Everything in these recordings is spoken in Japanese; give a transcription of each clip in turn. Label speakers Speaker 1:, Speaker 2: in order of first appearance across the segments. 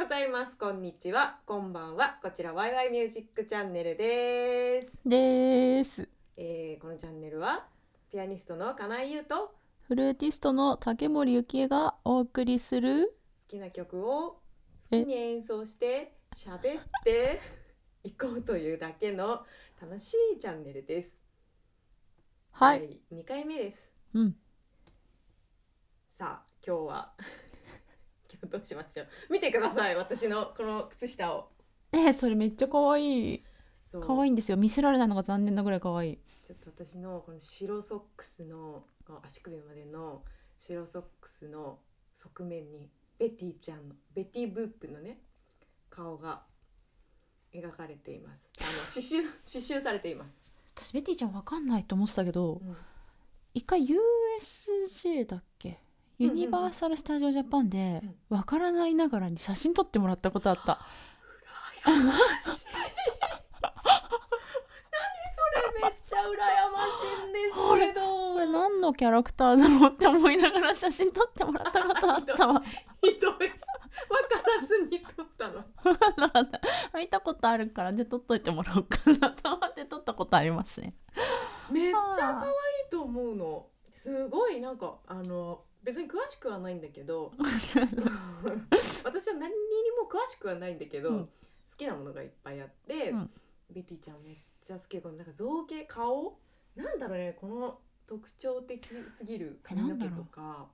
Speaker 1: こんにちは、こんばんは。こちらワイワイミュージックチャンネルです。
Speaker 2: です。
Speaker 1: えー、このチャンネルはピアニストの金井優と好
Speaker 2: フルーティストの竹森幸恵がお送りする
Speaker 1: きな曲を好きに演奏して喋っていこうというだけの楽しいチャンネルです。
Speaker 2: はい、
Speaker 1: 二回目です。
Speaker 2: うん
Speaker 1: さあ、今日は 今日どうしましょう。見てください、私のこの靴下を。
Speaker 2: えーそれめっちゃ可愛い
Speaker 1: そう
Speaker 2: 可愛いんですよ見せられないのが残念なぐらい可愛い
Speaker 1: ちょっと私のこの白ソックスのこう足首までの白ソックスの側面にベティちゃんのベティ・ブープのね顔が描かれていますあの刺繍刺繍されています、
Speaker 2: 私ベティちゃんわかんないと思ってたけ ど
Speaker 1: うん
Speaker 2: 一回 USJ だっけユニバーサル・スタジオ・ジャパンで
Speaker 1: うん
Speaker 2: わからないながらに写真撮ってもらったことあった
Speaker 1: 羨ましい何それめっちゃ羨ましいんですけ
Speaker 2: これ
Speaker 1: ど
Speaker 2: 何のキャラクターだろうって思いながら写真撮ってもらったことあった わ
Speaker 1: ひどい分からずに撮ったの
Speaker 2: だから見たことあるからじゃあ撮っといてもらおうかなと思って撮ったことありますね
Speaker 1: めっちゃ可愛いと思うのすごいなんかあの別に詳しくはないんだけ ど私は何にも詳しくはないんだけど、
Speaker 2: うん
Speaker 1: 好きなものがいっぱいあって、
Speaker 2: うん
Speaker 1: ベティちゃんめっちゃ好きこのなんか造形顔なんだろうねこの特徴的すぎる髪の毛とか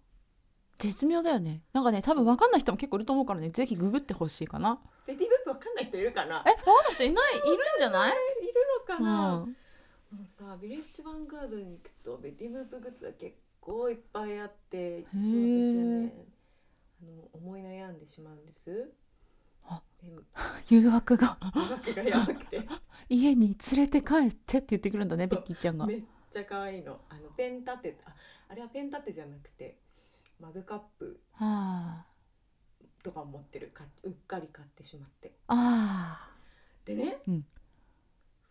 Speaker 2: 絶妙だよねなんかね多分分かんない人も結構いると思うからねぜひググってほしいかな
Speaker 1: ベティブープわかんない人いるかな
Speaker 2: え分かんない人いないいるんじゃない、
Speaker 1: いるのか
Speaker 2: う
Speaker 1: な、
Speaker 2: ん、
Speaker 1: もうさビレッジヴァンガードに行くとベティ・ブープグッズが結構いっぱいあっていつも私はねあの思い悩んでしまうんです。
Speaker 2: あ
Speaker 1: でも
Speaker 2: 誘惑が
Speaker 1: 額がやば くて
Speaker 2: 家に連れて帰ってって言ってくるんだねベッキーちゃん が
Speaker 1: めっちゃ可愛いのあのペン立てああれはペン立てじゃなくてマグカップ
Speaker 2: あ
Speaker 1: とか持ってるかうっかり買ってしまって
Speaker 2: ああ
Speaker 1: でね、
Speaker 2: うん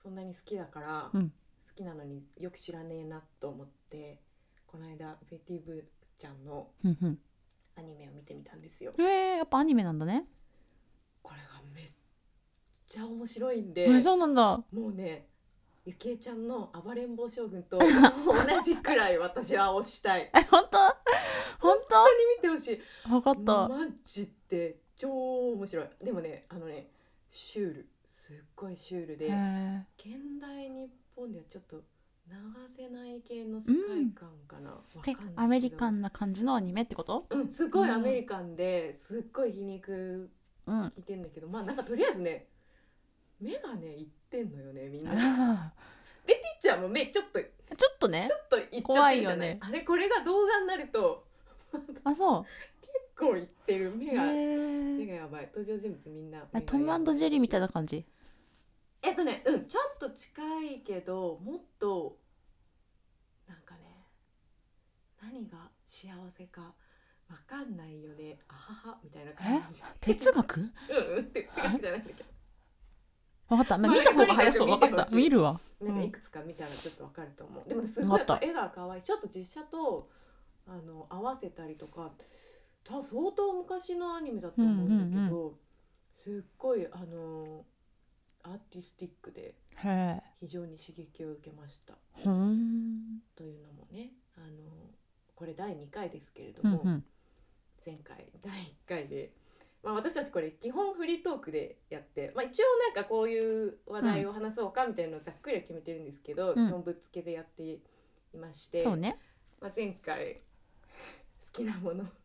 Speaker 1: そんなに好きだから、
Speaker 2: うん
Speaker 1: 好きなのによく知らねえなと思ってこの間ベティ・ブープちゃんの
Speaker 2: あうんうん
Speaker 1: アニメを見てみたんですよ。
Speaker 2: えー、やっぱアニメなんだね、
Speaker 1: これがめっちゃ面白いん
Speaker 2: え
Speaker 1: で、
Speaker 2: そうなんだ
Speaker 1: もうねゆきえちゃんの暴れん坊将軍と同じくらい私は推したい
Speaker 2: え本当本
Speaker 1: 本当に見てほしい
Speaker 2: 当分かった、
Speaker 1: マジで超面白いでもねあのねシュールすっごいシュールで
Speaker 2: へー
Speaker 1: 現代日本ではちょっと流せない系の世界観かな、わか
Speaker 2: え
Speaker 1: んないけど
Speaker 2: アメリカンな感じのアニメってこと
Speaker 1: うんすごいアメリカンですっごい皮肉
Speaker 2: うん
Speaker 1: 聞いてんだけどまあなんかとりあえずね目がねいってんのよねみんな。
Speaker 2: あ
Speaker 1: ベティちゃんも目ちょっとちょ
Speaker 2: ーちょっとね
Speaker 1: っといっちゃってるじゃない
Speaker 2: 怖いよね
Speaker 1: あれこれが動画になると
Speaker 2: あそう
Speaker 1: こういってる
Speaker 2: へ
Speaker 1: 目が、目
Speaker 2: ー
Speaker 1: がやばい登場人物みんな
Speaker 2: えトムジェリーみたい
Speaker 1: な
Speaker 2: な感じ
Speaker 1: えっとねうんちょっと近いけどもっとなんかね何が幸せかわかんないよねあははみたいな感じ
Speaker 2: 哲学
Speaker 1: うんうん哲学じゃないんだけ
Speaker 2: 分かった、まあ
Speaker 1: まあ
Speaker 2: 見た方が早そう
Speaker 1: と
Speaker 2: 分
Speaker 1: にか
Speaker 2: か
Speaker 1: く
Speaker 2: った
Speaker 1: 見
Speaker 2: 見
Speaker 1: て
Speaker 2: るわ
Speaker 1: どなんか
Speaker 2: うん
Speaker 1: いくつか見たらちょっとわかると思うでもすごいやっぱ絵が可愛いちょっと実写とあの合わせたりとかた相当昔のアニメだと思うんだけど、すっごいあのアーティスティックで
Speaker 2: へえ
Speaker 1: 非常に刺激を受けました。
Speaker 2: ふーん
Speaker 1: というのもねあのこれ第2回ですけれど
Speaker 2: うん
Speaker 1: も、
Speaker 2: うん
Speaker 1: 前回第1回で、まあ、私たちこれ基本フリートークでやって、まあ、一応なんかこういう話題を話そうかみたいなのをざっくりは決めてるんですけど、
Speaker 2: うん
Speaker 1: 基本ぶっつけでやっていまして、
Speaker 2: そうね
Speaker 1: まあ、前回好きなもの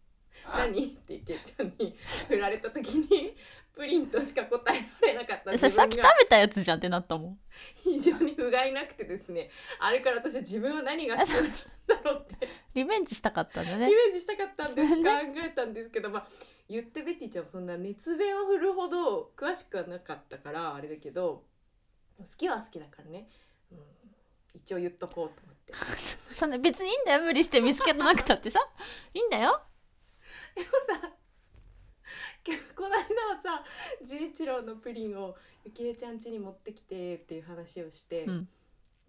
Speaker 1: 何って池ちゃんに振られた時にプリントしか答えられなかった
Speaker 2: それさっき食
Speaker 1: が
Speaker 2: べたやつじゃんってなったもん
Speaker 1: 非常に不甲斐なくてですねあれから私は自分は何が好きなんだろうって
Speaker 2: リベンジしたかったんだ
Speaker 1: リ
Speaker 2: ね
Speaker 1: ベンジしたかったんです考
Speaker 2: ね
Speaker 1: えたんですけど、まあ、言ってベティちゃんもそんな熱弁を振るほど詳しくはなかったからあれだけど好きは好きだからね、うん、一応言っとこうと思って
Speaker 2: そんな別にいいんだよ無理して見つけてなくたってさ いいんだよ
Speaker 1: でもさこの間はさ純一郎のプリンをゆきえちゃん家に持ってきてっていう話をして、
Speaker 2: うん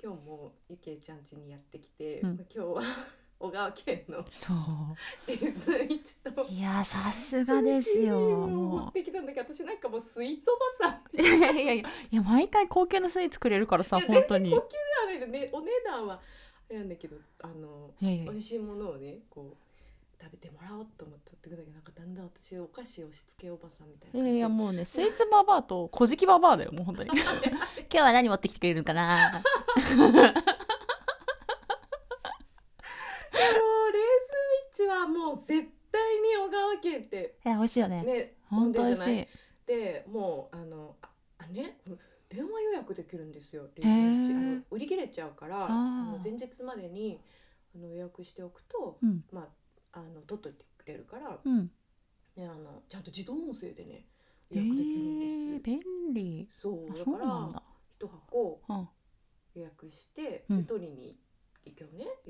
Speaker 1: 今日もゆきえちゃん家にやってきて、
Speaker 2: うん
Speaker 1: まあ今日は小川県の
Speaker 2: そう
Speaker 1: レズイチと
Speaker 2: いやさすがですよ
Speaker 1: 持
Speaker 2: も
Speaker 1: ってきたんだけど私なんかもうスイーツおばさん
Speaker 2: ういやいやいやいや毎回高級なスイーツくれるからさ
Speaker 1: いや
Speaker 2: 本当にい
Speaker 1: 高級ではないのねお値段はあれなんだけどあの
Speaker 2: やいやい
Speaker 1: 美
Speaker 2: や
Speaker 1: 味しいものをねこう食べてもらおうと思って取ってくるだけどなんかだんだん私お菓子押し付けおばさんみたい
Speaker 2: い
Speaker 1: な
Speaker 2: やいや
Speaker 1: 感
Speaker 2: もうねスイーツババアと小じきババアだよもう 本当に今日は何持ってきてくれるのかな
Speaker 1: じでもうレーズミッチはもう絶対に小川県って
Speaker 2: いや美味しいよね
Speaker 1: ね
Speaker 2: 本当美味しい
Speaker 1: いでもうあのああねこの電話予約できるんですよレーズ
Speaker 2: へ
Speaker 1: ミ
Speaker 2: ー
Speaker 1: ッチあの売り切れちゃうから
Speaker 2: あー
Speaker 1: あの前日までにあの予約しておくと
Speaker 2: うん
Speaker 1: まああの取っといてくれるから
Speaker 2: うん
Speaker 1: ね、あのちゃんと自動音声でね
Speaker 2: え
Speaker 1: 予
Speaker 2: え
Speaker 1: 約できるん
Speaker 2: ー、
Speaker 1: です。
Speaker 2: 便利
Speaker 1: そう
Speaker 2: あ
Speaker 1: だ
Speaker 2: そ
Speaker 1: か
Speaker 2: うなん
Speaker 1: ら
Speaker 2: だ
Speaker 1: 一箱
Speaker 2: うん
Speaker 1: 予約して、
Speaker 2: うん
Speaker 1: で取りに行くよね寄っ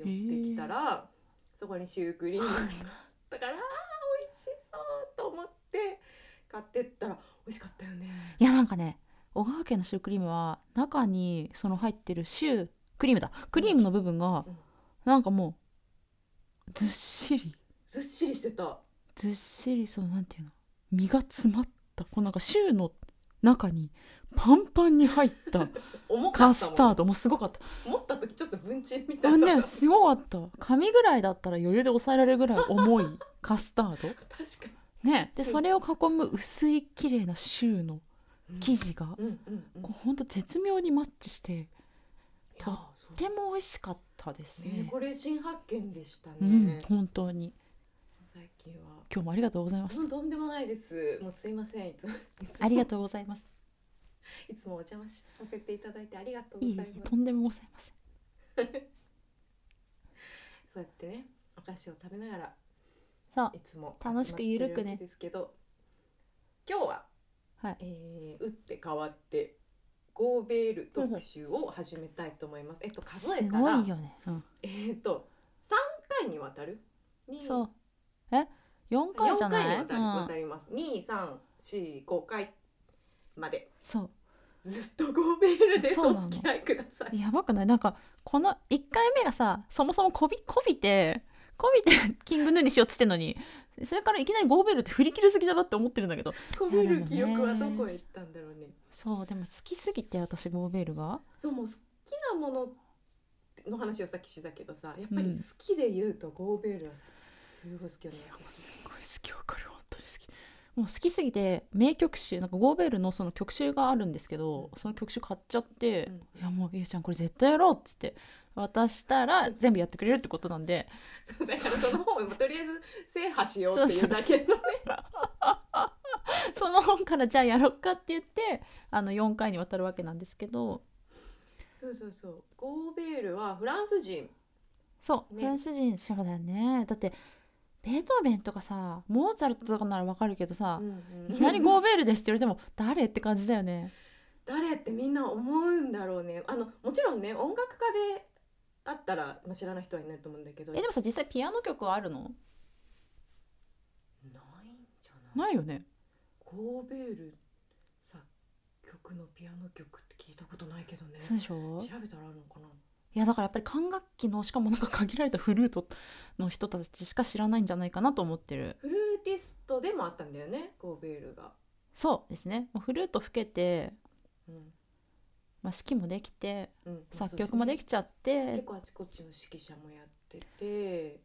Speaker 1: てきたら、そこにシュークリームがあったからあー美味しそうと思って買ってったら美味しかったよね。
Speaker 2: いやなんかね小川家のシュークリームは中にその入ってるシュークリームだクリームの部分が
Speaker 1: うん
Speaker 2: なんかもうずっしり
Speaker 1: ずっしりしてた。
Speaker 2: ずっしりそのなんていうの身が詰まったこうなんかシューの中にパンパンに 入った
Speaker 1: 重かった
Speaker 2: カ
Speaker 1: も
Speaker 2: ス
Speaker 1: ん。
Speaker 2: タードもうすごかった
Speaker 1: 持った時ちょっと文鎮みた
Speaker 2: あ
Speaker 1: いな。
Speaker 2: ねすごかった紙ぐらいだったら余裕で抑えられるぐらい重いカスタード
Speaker 1: 確か
Speaker 2: ねでそれを囲む薄い綺麗なシューの
Speaker 1: に。
Speaker 2: 生地が
Speaker 1: うんうんうん。
Speaker 2: こうほんと絶妙にマッチして
Speaker 1: いやそう
Speaker 2: とても美味しかったです
Speaker 1: ね
Speaker 2: ね。
Speaker 1: これ新発見でしたね。
Speaker 2: うん、本当に
Speaker 1: 最近は。
Speaker 2: 今日もありがとうございまし
Speaker 1: とんでもないです。もうすいません。いつも
Speaker 2: た。ありがとうございます。
Speaker 1: いつもお邪魔しさせていただいてありがとうご
Speaker 2: いえい
Speaker 1: ざい
Speaker 2: え
Speaker 1: ます。
Speaker 2: とんでもございません。
Speaker 1: そうやってね、お菓子を食べながら
Speaker 2: さ
Speaker 1: いつも
Speaker 2: 楽しくゆるく
Speaker 1: 集まって
Speaker 2: ね
Speaker 1: るわけですけど、今日は、
Speaker 2: はい
Speaker 1: えー打って変わってゴーベール特集を始めたいと思います。えっと
Speaker 2: あ、
Speaker 1: 数え
Speaker 2: す
Speaker 1: た
Speaker 2: ご
Speaker 1: ら
Speaker 2: いよね。うん、
Speaker 1: えっと三回にわたる。に
Speaker 2: そう。え、四回じゃ
Speaker 1: 四
Speaker 2: な
Speaker 1: 回に
Speaker 2: い？
Speaker 1: わた
Speaker 2: う
Speaker 1: りわ
Speaker 2: ん
Speaker 1: た、ります。二三四五回まで
Speaker 2: そ
Speaker 1: ずっとゴーベールです
Speaker 2: そう
Speaker 1: お
Speaker 2: なの
Speaker 1: 付き合いください。
Speaker 2: う。やばくない？なんかこの一回目がさ、そもそもこびこびて。こびてキングヌーにしようっつってんのにそれからいきなりゴーベルって振り切りすぎだなって思ってるんだけど
Speaker 1: こびる記憶はどこへ行ったんだろうね。
Speaker 2: そうでも好きすぎて私ゴーベルが
Speaker 1: そうもう好きなものの話をさっきしたけどさやっぱり
Speaker 2: うん
Speaker 1: 好きで言うとゴーベールはすすごい好きよね。
Speaker 2: すごい好きわかる本当に好きもう好きすぎて名曲集なんかゴーベルのその曲集があるんですけどその曲集買っちゃって、
Speaker 1: うん
Speaker 2: いやもうゆうちゃんこれ絶対やろうっつって渡したら全部やってくれるってことなん で
Speaker 1: だからその本をとりあえず制覇しようっていうだけのね
Speaker 2: その本からじゃあやろうかって言ってあの4回にわたるわけなんですけど
Speaker 1: そうそうそうゴーベールはフランス人
Speaker 2: そう、
Speaker 1: ね
Speaker 2: フランス人そうだよねだってベートーベンとかさモーツァルトとかならわかるけどさ、いきなりゴーベルですって言われても誰って感じだよね。
Speaker 1: 誰ってみんな思うんだろうねあのもちろんね音楽家であったら、まあ、知らない人はいないと思うんだけど
Speaker 2: えでもさ実際ピアノ曲はあるの
Speaker 1: ないんじゃない
Speaker 2: ないよね
Speaker 1: ゴーベール作曲のピアノ曲って聞いたことないけどね
Speaker 2: そうでしょ
Speaker 1: 調べたらあるのかない
Speaker 2: やだからやっぱり管楽器のしかもなんか限られたフルートの人たちしか知らないんじゃないかなと思ってる
Speaker 1: フルーティストでもあったんだよねゴーベールが、
Speaker 2: そうですねもうフルート吹けて、
Speaker 1: うん
Speaker 2: まあ、指揮もできて
Speaker 1: うん、
Speaker 2: 作曲もで
Speaker 1: き
Speaker 2: きちゃって
Speaker 1: 結構あちこちの指揮者もやってて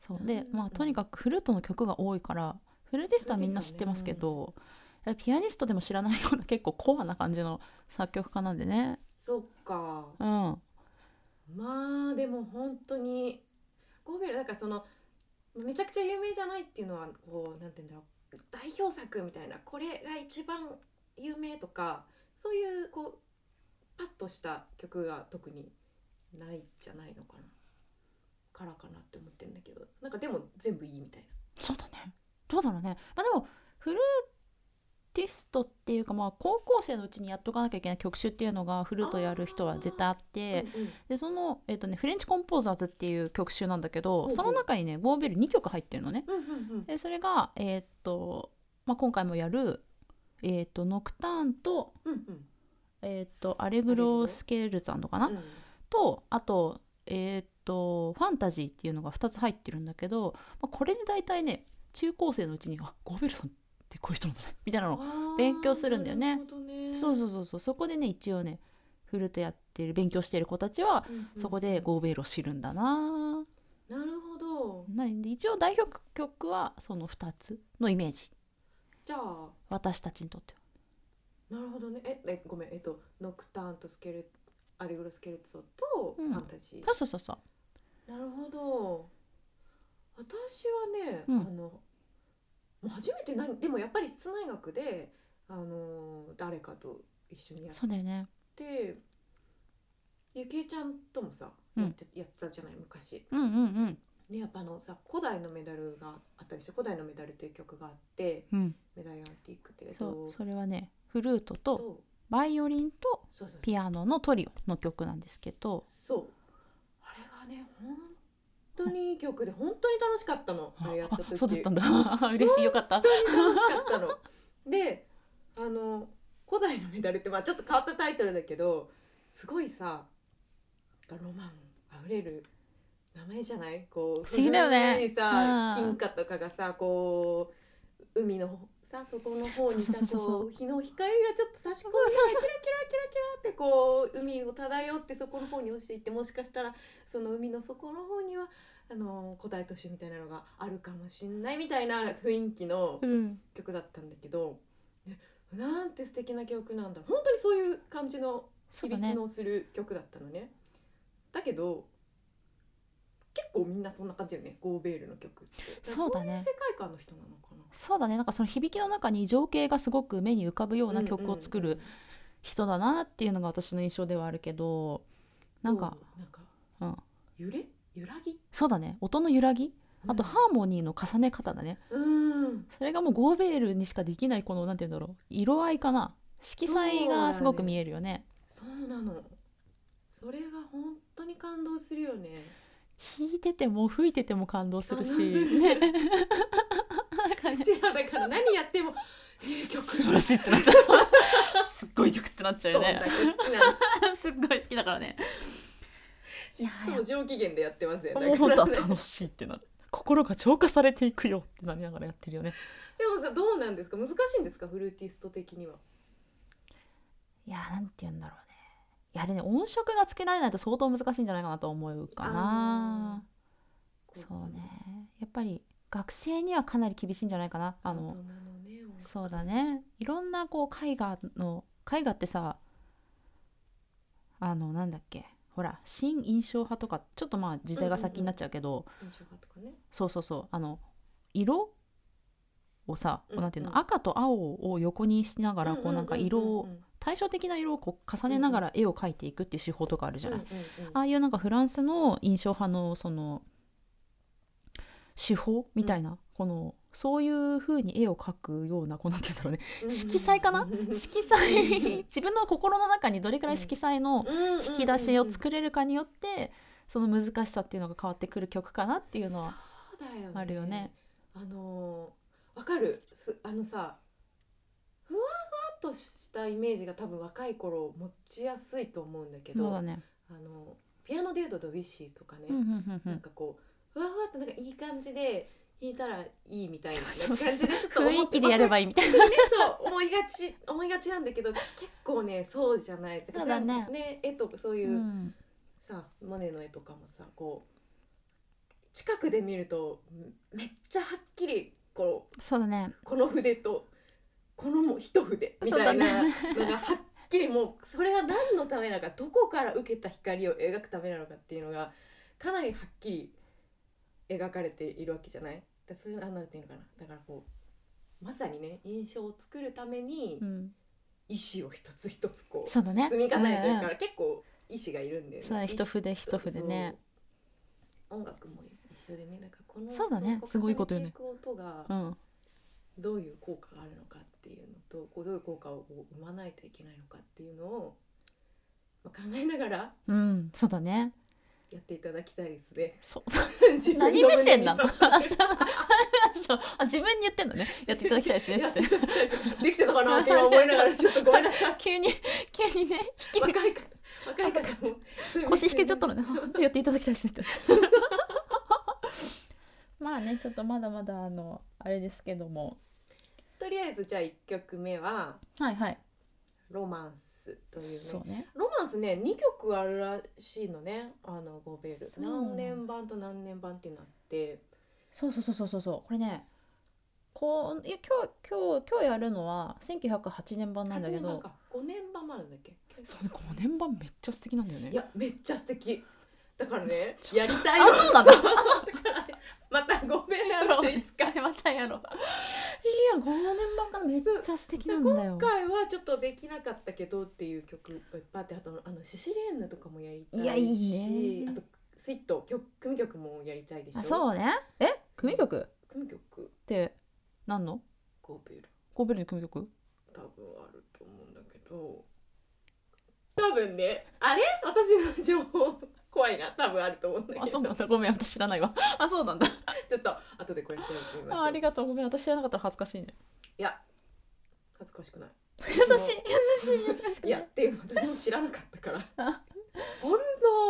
Speaker 2: そう
Speaker 1: うん
Speaker 2: でまあとにかくフルートの曲が多いからフルーティストはみんな知ってますけど、いやピアニストでも知らないような結構コアな感じの作曲家なんでね
Speaker 1: そっか
Speaker 2: うん
Speaker 1: まあでも本当にゴーベルだからそのめちゃくちゃ有名じゃないっていうのはこうなんて言うんだろう代表作みたいなこれが一番有名とかそういうこうパッとした曲が特にないじゃないのかなからかなって思ってるんだけどなんかでも全部いいみたいな。
Speaker 2: そうだねどうだろうねまあでもフルーティストっていうかまあ高校生のうちにやっとかなきゃいけない曲集っていうのがフルートやる人は絶対あって
Speaker 1: うんうん
Speaker 2: でその、えっとね「フレンチコンポーザーズ」っていう曲集なんだけど
Speaker 1: ほう
Speaker 2: その中にねゴーベル2曲入ってるのね。
Speaker 1: うんうんうん
Speaker 2: でそれが、えっとまあ、今回もやる、えっとノクターンと,、
Speaker 1: うんうん
Speaker 2: えっとアレグロスケルツァンドかな、
Speaker 1: うん
Speaker 2: とあと,、えっとファンタジーっていうのが2つ入ってるんだけど、まあ、これで大体ね中高生のうちに「あゴーベルさんってこういう人なんだね」みたいなの勉強するんだよね
Speaker 1: なほどね
Speaker 2: そうそうそうそうそこでね一応ねフルートやってる勉強してる子たちは
Speaker 1: うんうん
Speaker 2: そこでゴーベルを知るんだな
Speaker 1: なるほど
Speaker 2: なんで一応代表曲はその2つのイメージ
Speaker 1: じゃあ
Speaker 2: 私たちにとっては
Speaker 1: なるほどねええごめんえっとノクターンとスケルアリグロスケルツォとフ
Speaker 2: うん
Speaker 1: ァンタジー、
Speaker 2: そうそうそうそう
Speaker 1: なるほど私はね、
Speaker 2: うん
Speaker 1: あのもう初めて何でもやっぱり室内学であのー誰かと一緒にやっ
Speaker 2: そうだよね
Speaker 1: てゆきえちゃんともさ
Speaker 2: うん
Speaker 1: やって,、やってたじゃない昔
Speaker 2: うんうんうん
Speaker 1: でやっぱあのさ「古代のメダル」があったでしょ「古代のメダル」っていう曲があって
Speaker 2: うん
Speaker 1: 「メダルアンティーク」っていう
Speaker 2: そう
Speaker 1: と
Speaker 2: それはねフルートと
Speaker 1: と
Speaker 2: バイオリンと
Speaker 1: そうそう
Speaker 2: ピアノのトリオの曲なんですけど
Speaker 1: そうあれがね本当にいい曲で本当に楽しかったのあれやった時
Speaker 2: そうだったんだ 嬉しいよかった
Speaker 1: 本当に楽しかったの。であの「古代のメダル」って、まあ、ちょっと変わったタイトルだけどすごいさなんかロマンあふれる名前じゃないこう
Speaker 2: 不思議だよね
Speaker 1: 古いさ
Speaker 2: う
Speaker 1: 金
Speaker 2: ん
Speaker 1: 貨とかがさこう海のさそこの方にさ
Speaker 2: そうそうそうそう
Speaker 1: こう日の光がちょっと差し込んでキラキラキラキラってこう海を漂ってそこの方に落ちていってもしかしたらその海の底の方にはあの古代都市みたいなのがあるかもしんないみたいな雰囲気の
Speaker 2: うん
Speaker 1: 曲だったんだけど、ねなんて素敵な曲なんだ本当にそういう感じの
Speaker 2: そうだ
Speaker 1: 響
Speaker 2: ね
Speaker 1: きのする曲だったのね。だけど結構みんなそんな感じよねゴーベールの曲って
Speaker 2: そうだね
Speaker 1: い世界観の人なのかな
Speaker 2: そうだねなんかその響きの中に情景がすごく目に浮かぶような曲を作
Speaker 1: うんうん
Speaker 2: る人だなっていうのが私の印象ではあるけどなんか
Speaker 1: ど、うなんか
Speaker 2: うん、
Speaker 1: 揺れ揺らぎ
Speaker 2: そうだね音の揺らぎあとハーモニーの重ね方だね
Speaker 1: うん
Speaker 2: それがもうゴーベールにしかできないこのなんて言うんだろう色合いかな色彩がすごく見えるよね
Speaker 1: そうなのそれが本当に感動するよね
Speaker 2: 弾いてても吹いてても感動するし、
Speaker 1: 感動する
Speaker 2: ね、なんかね
Speaker 1: うちらだから何やっても「いい曲
Speaker 2: 素晴らしいってなっ ちゃうすっごい曲ってなっちゃう
Speaker 1: ど
Speaker 2: よ
Speaker 1: んだ
Speaker 2: ね
Speaker 1: け好きなの
Speaker 2: すっごい好きだからねいや
Speaker 1: いつも上機嫌でやってますよだ
Speaker 2: もう本
Speaker 1: から
Speaker 2: 当は
Speaker 1: ね
Speaker 2: 楽しいってな心が浄化されていくよってなりながらやってるよね
Speaker 1: でもさどうなんですか難しいんですかフルーティスト的にはい
Speaker 2: やーなんて言うんだろうねいやあれね音色がつけられないと相当難しいんじゃないかなと思うかなそうねやっぱり学生にはかなり厳しいんじゃないかなあ
Speaker 1: あの
Speaker 2: の
Speaker 1: 大人のね
Speaker 2: そうだねいろんなこう絵画の絵画ってさあのなんだっけほら新印象派とかちょっとまあ時代が先になっちゃうけど、
Speaker 1: 印象派とかね
Speaker 2: そうそうそうあの色をさ、こうなんていう
Speaker 1: うん
Speaker 2: の
Speaker 1: う
Speaker 2: 赤と青を横にしながらこうなんか色を
Speaker 1: うんうんうん
Speaker 2: 対照的な色をこう重ねながら絵を描いていくっていう手法とかあるじゃない、
Speaker 1: うんうん
Speaker 2: ああいうなんかフランスの印象派のその手法みたいな、このそういう風に絵を描くようなこうなんて言うんだろうね
Speaker 1: うん
Speaker 2: 色彩かな
Speaker 1: うんうんうん
Speaker 2: 色彩 自分の心の中にどれくらい色彩の引き出しを
Speaker 1: っ
Speaker 2: 作れるかによってその難しさっていうのが変わってくる曲かなっていうのは
Speaker 1: そうだよね
Speaker 2: あるよね。
Speaker 1: あのーわかるすあのさふわふわっとしたイメージが多分若い頃持ちやすいと思うんだけど
Speaker 2: そうだね。
Speaker 1: あのピアノでいうとドビュッシーとかね、
Speaker 2: うんうんうんう
Speaker 1: なん
Speaker 2: ん
Speaker 1: かこうふわふわってなんかいい感じで弾いたらいいみたいな
Speaker 2: そう
Speaker 1: 感
Speaker 2: そう
Speaker 1: じでちょっと
Speaker 2: 雰囲気でやれ
Speaker 1: い
Speaker 2: ばいいみたい
Speaker 1: い、
Speaker 2: な。
Speaker 1: ね、そう思いがち思いがちなんだけど結構ねそうじゃない
Speaker 2: そうだね
Speaker 1: 絵とかそういう、
Speaker 2: うん
Speaker 1: さモネの絵とかもさこう近くで見るとんめっちゃはっきりこう
Speaker 2: そうだね。
Speaker 1: この筆とこのも一筆みたいなのがはっきりもうそれは何のためなのかどこから受けた光を描くためなのかっていうのがかなりはっきり描かれているわけじゃないだそういうあなんていうのかなだからこうまさにね印象を作るために
Speaker 2: うん
Speaker 1: 意思を一つ一つこう
Speaker 2: そうだね。
Speaker 1: 積み重ねて
Speaker 2: う
Speaker 1: る
Speaker 2: んうん
Speaker 1: から結構意志がいるんだよね。
Speaker 2: そうだね一筆
Speaker 1: 意志と
Speaker 2: 一筆ね。
Speaker 1: そう音楽も一緒でね、なんかこの
Speaker 2: そうだね
Speaker 1: こう
Speaker 2: すごいことよね
Speaker 1: 重ていく音が
Speaker 2: うん、
Speaker 1: どういう効果があるのかっていうのと、こうどういう効果をこう生まないといけないのかっていうのを、まあ、考えながら
Speaker 2: うん、そうだね。
Speaker 1: やっていただきたいですね
Speaker 2: そう
Speaker 1: 自分の
Speaker 2: 何目線なの
Speaker 1: 胸に
Speaker 2: あそう そうあ自分に言ってんのね やっていただきたいですね
Speaker 1: や
Speaker 2: っ
Speaker 1: ってていただきたいですできてたかなって今思いながらちょっとごめんなさ い
Speaker 2: 急に急にね引き
Speaker 1: 若い方若い方も
Speaker 2: 腰引けちゃったのね
Speaker 1: そう
Speaker 2: やっていただきたいですねってまあねちょっとまだまだあのあれですけども
Speaker 1: とりあえずじゃあ1曲目は
Speaker 2: はいはい
Speaker 1: 「ロマンス」という
Speaker 2: そ
Speaker 1: ね
Speaker 2: うね
Speaker 1: ロマンスね2曲あるらしいのねあのゴベール
Speaker 2: そう
Speaker 1: 何年版と何年版ってなって
Speaker 2: そうそうそうそうそうそうこれねこういや今日今日今日やるのは1908年版なん
Speaker 1: 8
Speaker 2: だけ
Speaker 1: 年版
Speaker 2: ど
Speaker 1: か5年版もあるんだっけ
Speaker 2: そうね5年版めっちゃ素敵なんだよね
Speaker 1: いやめっちゃ素敵だからね
Speaker 2: ちょ
Speaker 1: やりた
Speaker 2: あ
Speaker 1: い よ
Speaker 2: そうなんだ
Speaker 1: またゴベールやろういつか
Speaker 2: 回またやろういや5年版がめっちゃ素敵なんだよ
Speaker 1: 今回はちょっとできなかったけどっていう曲がいっぱいあってあとあのシシレーヌとかもやりたいし
Speaker 2: いやいいね
Speaker 1: あとスイット曲組曲もやりたいでしょ
Speaker 2: あそうねえ組曲っ
Speaker 1: 組曲
Speaker 2: て何の
Speaker 1: ゴベール
Speaker 2: ゴーベルに組曲
Speaker 1: 多分あると思うんだけど多分ねあれ私の情報怖いな多分あると思うんだけど
Speaker 2: あそうなんだごめん私知らないわあそうなんだ
Speaker 1: ちょっと後でこれ調べてみましょう
Speaker 2: あありがとうごめん私知らなかったら恥ずかしいね
Speaker 1: いや恥ずかしくない
Speaker 2: 優しい優しい優しい
Speaker 1: いやっていう私も知らなかった からあるな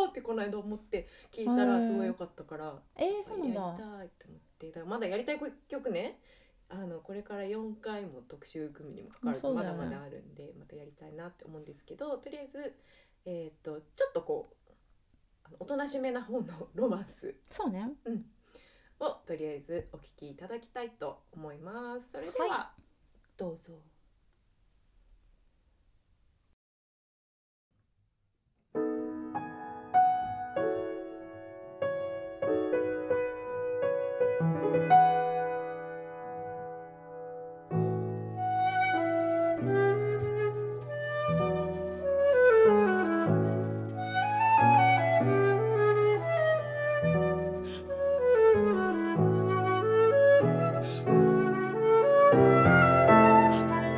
Speaker 1: ーってこの間思って聞いたらすごい良かったから
Speaker 2: えー、そうなん
Speaker 1: や
Speaker 2: だ
Speaker 1: りたいと思ってだからまだやりたい曲ねあのこれから4回も特集組にもかかわらず
Speaker 2: そう
Speaker 1: ま
Speaker 2: だよ
Speaker 1: だ
Speaker 2: ね
Speaker 1: まだあるんでまたやりたいなって思うんですけどとりあえず、えー、とちょっとこうあのおとなしめな方のロマンス
Speaker 2: そうね
Speaker 1: をとりあえずお聴きいただきたいと思います。それでは、
Speaker 2: は
Speaker 1: どうぞ
Speaker 2: 「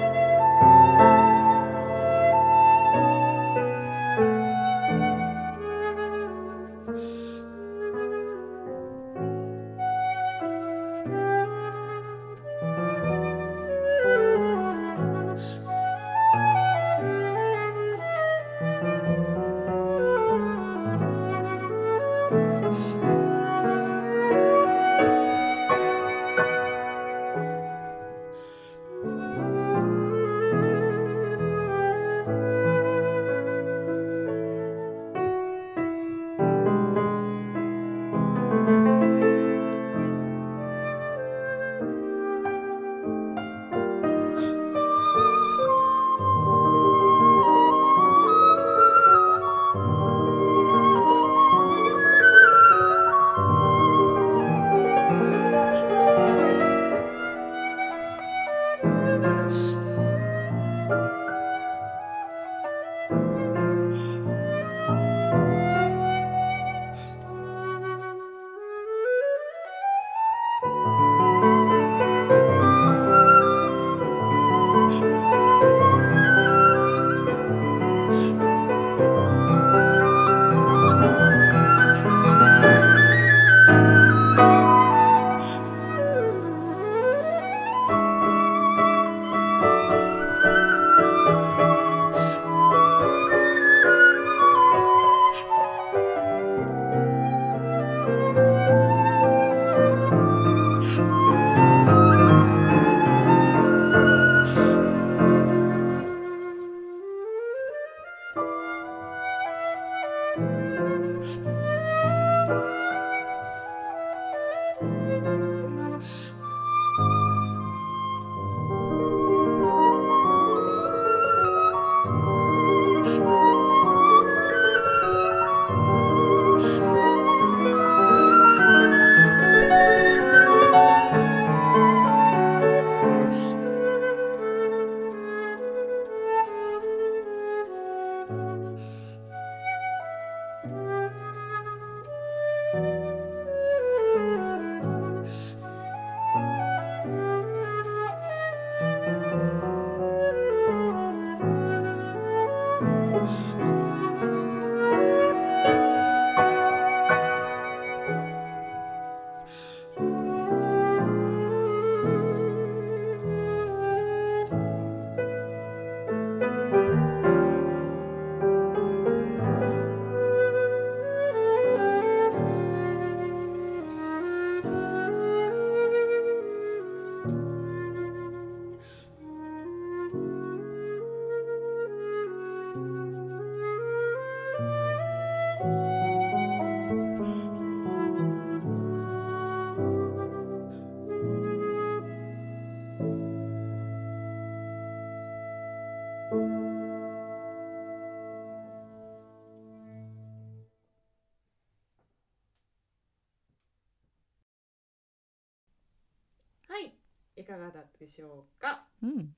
Speaker 1: かがだったでしょうか
Speaker 2: うん。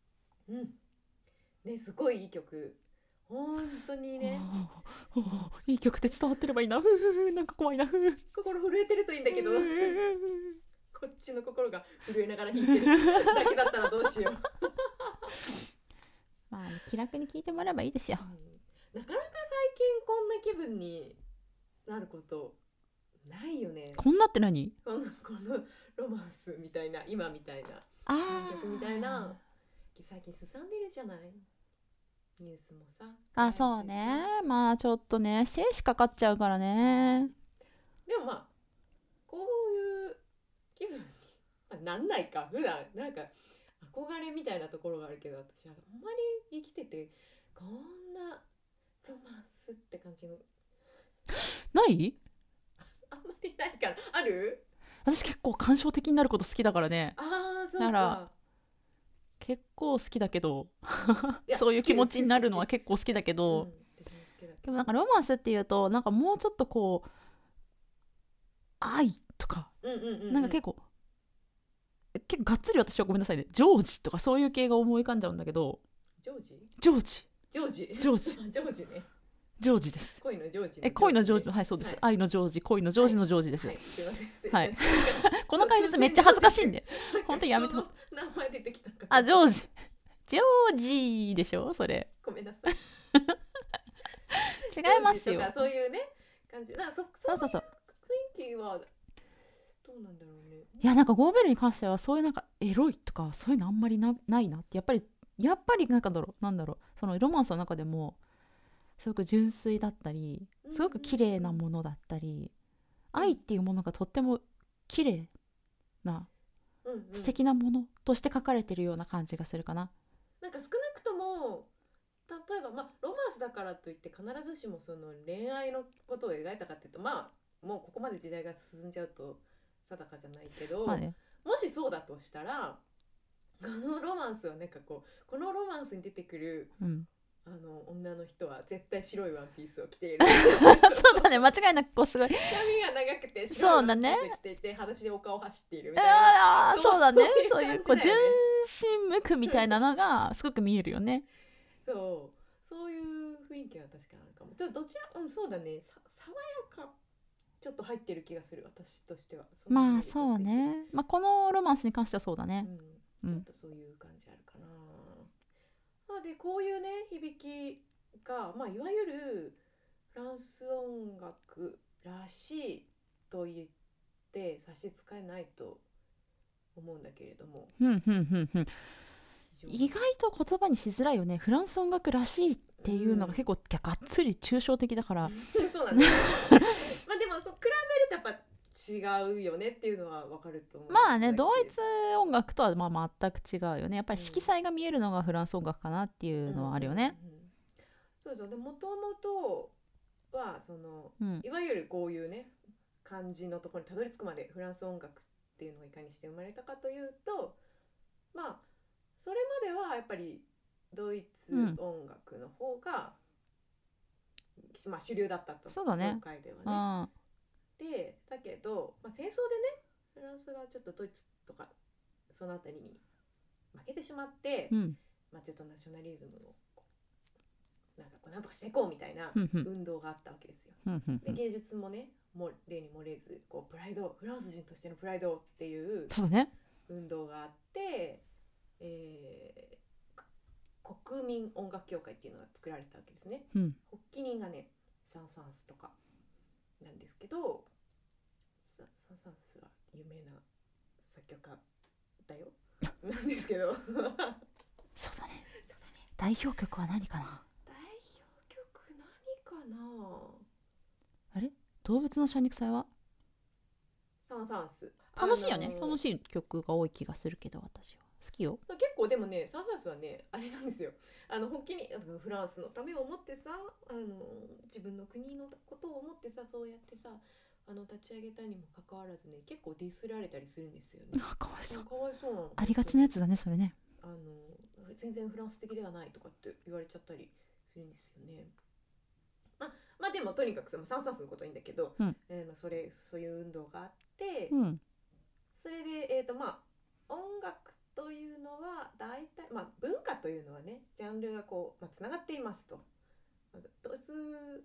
Speaker 1: うんねすごいいい曲本当にね
Speaker 2: あーあーいい曲で伝わってればいいな。ふうふうふうなんか怖いな。ふうふう
Speaker 1: 心震えてるといいんだけど
Speaker 2: うー
Speaker 1: こっちの心が震えながら弾いてるだけだったらどうしよう
Speaker 2: まあ気楽に聞いてもらえばいいですよ。
Speaker 1: なかなか最近こんな気分になることないよね
Speaker 2: こんなって何？
Speaker 1: このこのロマンスみたいな今みたいな
Speaker 2: ああ。
Speaker 1: 曲みたいな。最近すさんでるじゃないニュースもさ
Speaker 2: あそうね。まあちょっとね精子かかっちゃうからね。
Speaker 1: でもまあこういう気分に、まあ、なんないか普段なんか憧れみたいなところがあるけど私はあんまり生きててこんなロマンスって感じの
Speaker 2: ない？
Speaker 1: あんまりないからある
Speaker 2: 私結構感傷的になること好きだからね。
Speaker 1: ああそう
Speaker 2: な
Speaker 1: から
Speaker 2: 結構好きだけど、
Speaker 1: や
Speaker 2: そういう気持ちになるのは
Speaker 1: 好
Speaker 2: 結構好きだけど。
Speaker 1: きです好きです好きうん私も好きだけ
Speaker 2: でもなんかロマンスっていうとなんかもうちょっとこう愛とか
Speaker 1: どうんうんうんう
Speaker 2: なんか結構、結構がっつり私はごめんなさいねジョージとかそういう系が思い浮かんじゃうんだけど
Speaker 1: ジョージ
Speaker 2: ジョージ
Speaker 1: ジョージ
Speaker 2: ジョージ
Speaker 1: ジョージね
Speaker 2: ジョージです
Speaker 1: 恋のジョージの
Speaker 2: え恋のジョージの
Speaker 1: ね
Speaker 2: はいそうです、
Speaker 1: はい
Speaker 2: 愛のジョージ恋のジョージのジョージです、
Speaker 1: はいすいませんすいま
Speaker 2: は
Speaker 1: せん
Speaker 2: いこの解説めっちゃ恥ずかしいんで本当にやめてほ しい
Speaker 1: 人の名前出てきたから
Speaker 2: あジョージジョージでしょそれ
Speaker 1: ごめんなさい
Speaker 2: 違いますよ
Speaker 1: とかそういうね感じなそ
Speaker 2: そ
Speaker 1: そ
Speaker 2: うそうう
Speaker 1: そ
Speaker 2: そうう
Speaker 1: 雰囲気はどうなんだろうね
Speaker 2: いやなんかゴーベルに関してはそういうなんかエロいとかそういうのあんまりなないなってやっぱりやっぱりなんかだろうなんだろうそのロマンスの中でもすごく純粋だったりすごく綺麗なものだったり、愛っていうものがとっても綺麗な
Speaker 1: うんうん
Speaker 2: 素敵なものとして書かれてるような感じがするかな。
Speaker 1: なんか少なくとも例えばまあロマンスだからといって必ずしもその恋愛のことを描いたかっていうとまあもうここまで時代が進んじゃうと定かじゃないけど、
Speaker 2: まあね、
Speaker 1: もしそうだとしたらこのロマンスはなんかこうこのロマンスに出てくる
Speaker 2: うん、
Speaker 1: あの女の人は絶対白いワンピースを着ている
Speaker 2: そうだね間違いなくこうすごい
Speaker 1: 髪が長くて
Speaker 2: そ
Speaker 1: 白いうワ
Speaker 2: だ
Speaker 1: ンピー
Speaker 2: ね
Speaker 1: スを着ていて裸足で丘を走っているみたいな
Speaker 2: あーそうだね
Speaker 1: そ
Speaker 2: そうう
Speaker 1: い
Speaker 2: いうう
Speaker 1: 感
Speaker 2: こ
Speaker 1: じ
Speaker 2: う
Speaker 1: だ
Speaker 2: 純
Speaker 1: よね
Speaker 2: 真無垢みたいなのがすごく見えるよね。
Speaker 1: そうそういう雰囲気は確かにあるかもちょっとどちらうんそうだねさ爽やかちょっと入ってる気がする私としてはの
Speaker 2: ま
Speaker 1: イメー
Speaker 2: あ
Speaker 1: ジ
Speaker 2: そうね、まあ、このロマンスに関してはそうだ
Speaker 1: う
Speaker 2: ね、
Speaker 1: んち
Speaker 2: う
Speaker 1: ょ
Speaker 2: ん
Speaker 1: っとそういう感じあるかな、まあでこういうね響きがまあいわゆるフランス音楽らしいと言って差し支えないと思うんだけれども
Speaker 2: ふんふんふんふん
Speaker 1: 非常に
Speaker 2: 意外と言葉にしづらいよねフランス音楽らしいっていうの
Speaker 1: うん
Speaker 2: が結構、がっつり抽象的だから、
Speaker 1: そう なんですまあでもそう比べるとやっぱ違うよねっていうのはわかると思う
Speaker 2: まあね
Speaker 1: だけど
Speaker 2: ドイツ音楽とはまあ全く違うよねやっぱり色彩が見えるのがフランス音楽かなっていうのはあるよね。
Speaker 1: うんうんうんそうそうでもともとはその
Speaker 2: うん
Speaker 1: いわゆるこういうね漢字のところにたどり着くまでフランス音楽っていうのがいかにして生まれたかというとまあそれまではやっぱりドイツ
Speaker 2: うん
Speaker 1: 音楽の方が、まあ、主流だったと
Speaker 2: そうだね
Speaker 1: 業界ではね。
Speaker 2: あ
Speaker 1: でだけど、まあ、戦争でねフランスがちょっとドイツとかその辺りに負けてしまって、
Speaker 2: うん
Speaker 1: まあ、ちょっとナショナリズムをこうなんかこうなんとかしていこうみたいな
Speaker 2: ふんふん
Speaker 1: 運動があったわけですよ。
Speaker 2: ふんふんふ
Speaker 1: で
Speaker 2: ん
Speaker 1: 芸術もねもう例に漏れずこうプライドフランス人としてのプライドっていう
Speaker 2: そうだね
Speaker 1: 運動があって、えーこ国民音楽協会っていうのが作られたわけですね。
Speaker 2: うん
Speaker 1: 発起人がねサン・サンスとかなんですけどササン・サンスは有名な作曲家だ よなんですけど代表
Speaker 2: そうだね代表曲は何かな
Speaker 1: 曲何かな
Speaker 2: 動物の謝肉祭は
Speaker 1: サン・サンス
Speaker 2: 楽しいよね、楽
Speaker 1: い
Speaker 2: しい曲が多い気がするけど私は好きよ。
Speaker 1: 結構でもねサン・サンスはねあれなんですよあの発起人あのフランスのためを思ってさあの自分の国のことを思ってさそうやってさあの立ち上げたにもかかわらずね結構ディスられたりするんですよね
Speaker 2: あかわいそう
Speaker 1: かわいそうなの
Speaker 2: ありがちなやつだねそれね
Speaker 1: あの全然フランス的ではないとかって言われちゃったりするんですよね。まあまあでもとにかくそのサンサンスのことはいいんだけど、
Speaker 2: うん
Speaker 1: えーそれそういう運動があって、
Speaker 2: うん
Speaker 1: それでえっ、とまあ音楽というのは大体、まあ、文化というのはねジャンルがこう、まあ、つながっていますと。まあドイツ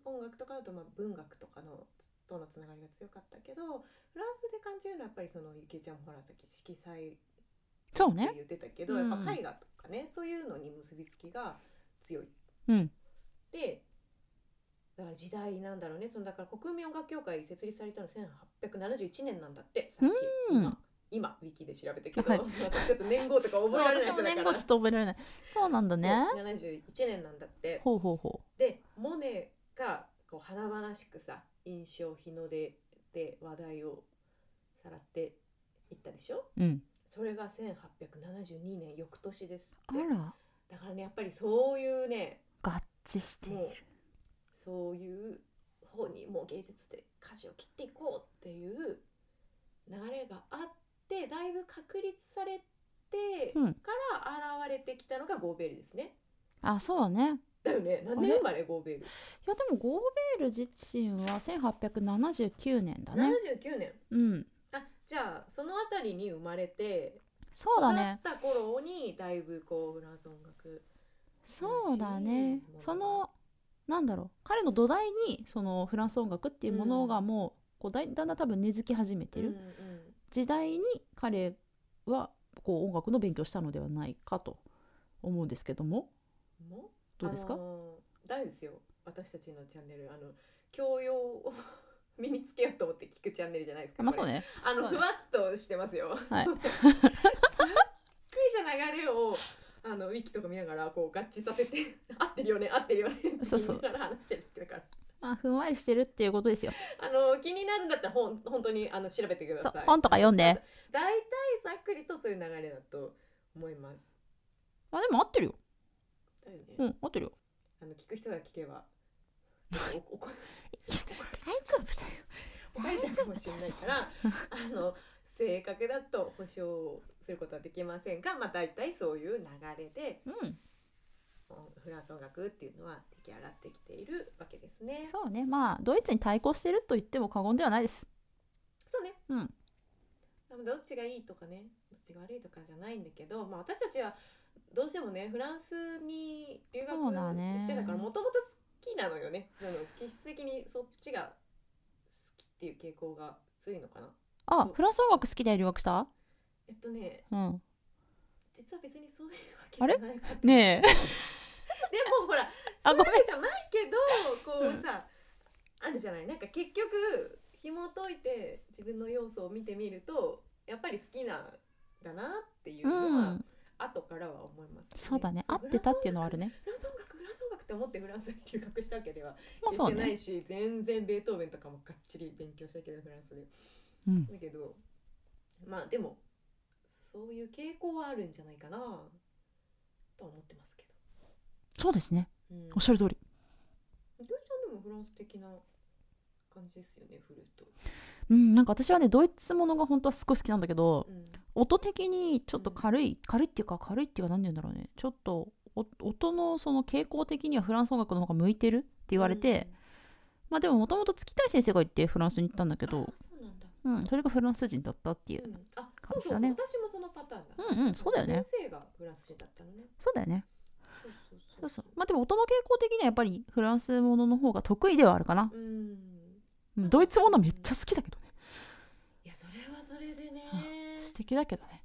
Speaker 1: 音楽とかだとまあ文学とかのつとのつながりが強かったけどフランスで感じるのはやっぱりそのゆきえちゃんもほらさっき色彩
Speaker 2: そう
Speaker 1: って
Speaker 2: ね。
Speaker 1: 言ってたけど、
Speaker 2: うん
Speaker 1: やっぱ絵画とかねそういうのに結びつきが強い
Speaker 2: うん。
Speaker 1: でだから時代なんだろうねそのだから国民音楽協会設立されたの1871年なんだってさっき
Speaker 2: うん
Speaker 1: 今今ウィキで調べたけど、
Speaker 2: はい
Speaker 1: 私ちょっと年号とか
Speaker 2: そう
Speaker 1: 覚えられない
Speaker 2: 私
Speaker 1: 人
Speaker 2: も
Speaker 1: だ
Speaker 2: 年
Speaker 1: か
Speaker 2: 号
Speaker 1: ら
Speaker 2: ちょっと覚えられない。そうなんだね。
Speaker 1: そう71年なんだって
Speaker 2: ほうほうほ
Speaker 1: でモネがこう華々しくさ印象日の出で話題をさらっていったでしょ
Speaker 2: う。うん。
Speaker 1: それが1872年翌年です
Speaker 2: あ
Speaker 1: って
Speaker 2: ら、
Speaker 1: だからねやっぱりそういうね
Speaker 2: 合致している
Speaker 1: もう。そういう方にもう芸術で舵を切っていこうっていう流れがあってだいぶ確立されて
Speaker 2: うん
Speaker 1: から現れてきたのがゴーベリですね。
Speaker 2: あ、そうだね。
Speaker 1: だよね何年生まれゴーベリ
Speaker 2: いやでもゴーベール自身は1879年だね。
Speaker 1: 79年。
Speaker 2: うん。
Speaker 1: あじゃあその辺りに生まれて
Speaker 2: そうだね。
Speaker 1: 育った頃にだいぶこうフランス音楽
Speaker 2: そうだね
Speaker 1: うん
Speaker 2: そのなんだろう彼の土台にそのフランス音楽っていうものがもうこうだいだんだん多分根付き始めてる
Speaker 1: うんうん
Speaker 2: 時代に彼はこう音楽の勉強したのではないかと思うんですけども
Speaker 1: も
Speaker 2: どうですか、
Speaker 1: あのー大事ですよ私たちのチャンネルあの教養を身につけようと思って聞くチャンネルじゃないですか
Speaker 2: まあ
Speaker 1: こ
Speaker 2: そう
Speaker 1: れ
Speaker 2: ね
Speaker 1: あの、
Speaker 2: そうね
Speaker 1: ふわっとしてますよ
Speaker 2: はい
Speaker 1: びっくりした流れをあのウィキとか見ながらこう合致させて 合ってるよね合ってるよねって
Speaker 2: そ
Speaker 1: 言
Speaker 2: う
Speaker 1: い
Speaker 2: そう
Speaker 1: ながら話してるってだから
Speaker 2: まあふんわりしてるっていうことですよ
Speaker 1: あの気になるんだったらほん本当にあの調べてくだ
Speaker 2: そう
Speaker 1: さい
Speaker 2: 本とか読んで
Speaker 1: 大体ざっくりとそういう流れだと思います
Speaker 2: あでも合ってるよ
Speaker 1: だよね
Speaker 2: うん合ってるよ
Speaker 1: あの聞く人が聞け ばおおこ
Speaker 2: いや大丈夫だよ
Speaker 1: おかれちゃうかもしれないからあの正確だと保証することはできませんが、まあ、大体そういう流れで
Speaker 2: うん
Speaker 1: フランス音楽っていうのは出来上がってきているわけですね。そう
Speaker 2: そうねまあドイツに対抗してると言っても過言ではないです
Speaker 1: ね
Speaker 2: うん
Speaker 1: でもどっちがいいとかねどっちが悪いとかじゃないんだけど、まあ、私たちはどうしてもねフランスに留学
Speaker 2: そうだね
Speaker 1: してたからもともと好きなのよね。なの気質的にそっちが好きっていう傾向が強いのかな。
Speaker 2: あ
Speaker 1: そう
Speaker 2: フランス音楽好きで留学した
Speaker 1: えっとね
Speaker 2: うん
Speaker 1: 実は別にそういうわけじゃ
Speaker 2: あれ
Speaker 1: ないかった
Speaker 2: ねえ
Speaker 1: でもほら
Speaker 2: あごめん
Speaker 1: そういうわけじゃないけどこ
Speaker 2: うん
Speaker 1: うさ、あるじゃないなんか結局紐解いて自分の要素を見てみるとやっぱり好きなんだなっていうのは、
Speaker 2: うん
Speaker 1: 後からは思います、
Speaker 2: そうだね合
Speaker 1: そ
Speaker 2: ってたっていうのはあるね
Speaker 1: フランス音楽フランス音楽フランス音楽って思ってフランスに留学したわけでは
Speaker 2: まあそう
Speaker 1: してな
Speaker 2: ね
Speaker 1: いし、全然ベートーベンとかもがっちり勉強したけどフランスで
Speaker 2: うん
Speaker 1: だけどまあでもそういう傾向はあるんじゃないかなとは思ってますけ
Speaker 2: そうですね
Speaker 1: ど、うん、
Speaker 2: おっしゃる通り
Speaker 1: 土井さんでもフランス的な感じですよねフルート、
Speaker 2: うんなんか私はねドイツものが本当はすごい好きなんだけど
Speaker 1: うん、
Speaker 2: 音的にちょっと軽い軽いっていうか軽いっていうか何て言うんだろうねちょっとお音のその傾向的にはフランス音楽の方が向いてるって言われて、まあでももともと月谷先生が言ってフランスに行ったんだけ
Speaker 1: うん、あ
Speaker 2: ど、
Speaker 1: そうなんだ、、
Speaker 2: うん、それがフランス人だったっていううん
Speaker 1: あ
Speaker 2: 感
Speaker 1: そう
Speaker 2: じ
Speaker 1: そ
Speaker 2: だ
Speaker 1: う、
Speaker 2: ね
Speaker 1: 私もそのパターンだ
Speaker 2: うんうんそうだよね
Speaker 1: 先生がフランス人だったのね
Speaker 2: そうだよね
Speaker 1: そうそう
Speaker 2: そ
Speaker 1: そうう
Speaker 2: そうまあでも音の傾向的にはやっぱりフランスものの方が得意ではあるかな、
Speaker 1: うん
Speaker 2: うんドイツものめっちゃ好きだけどね
Speaker 1: いやそれはそれでね
Speaker 2: 素敵だけどね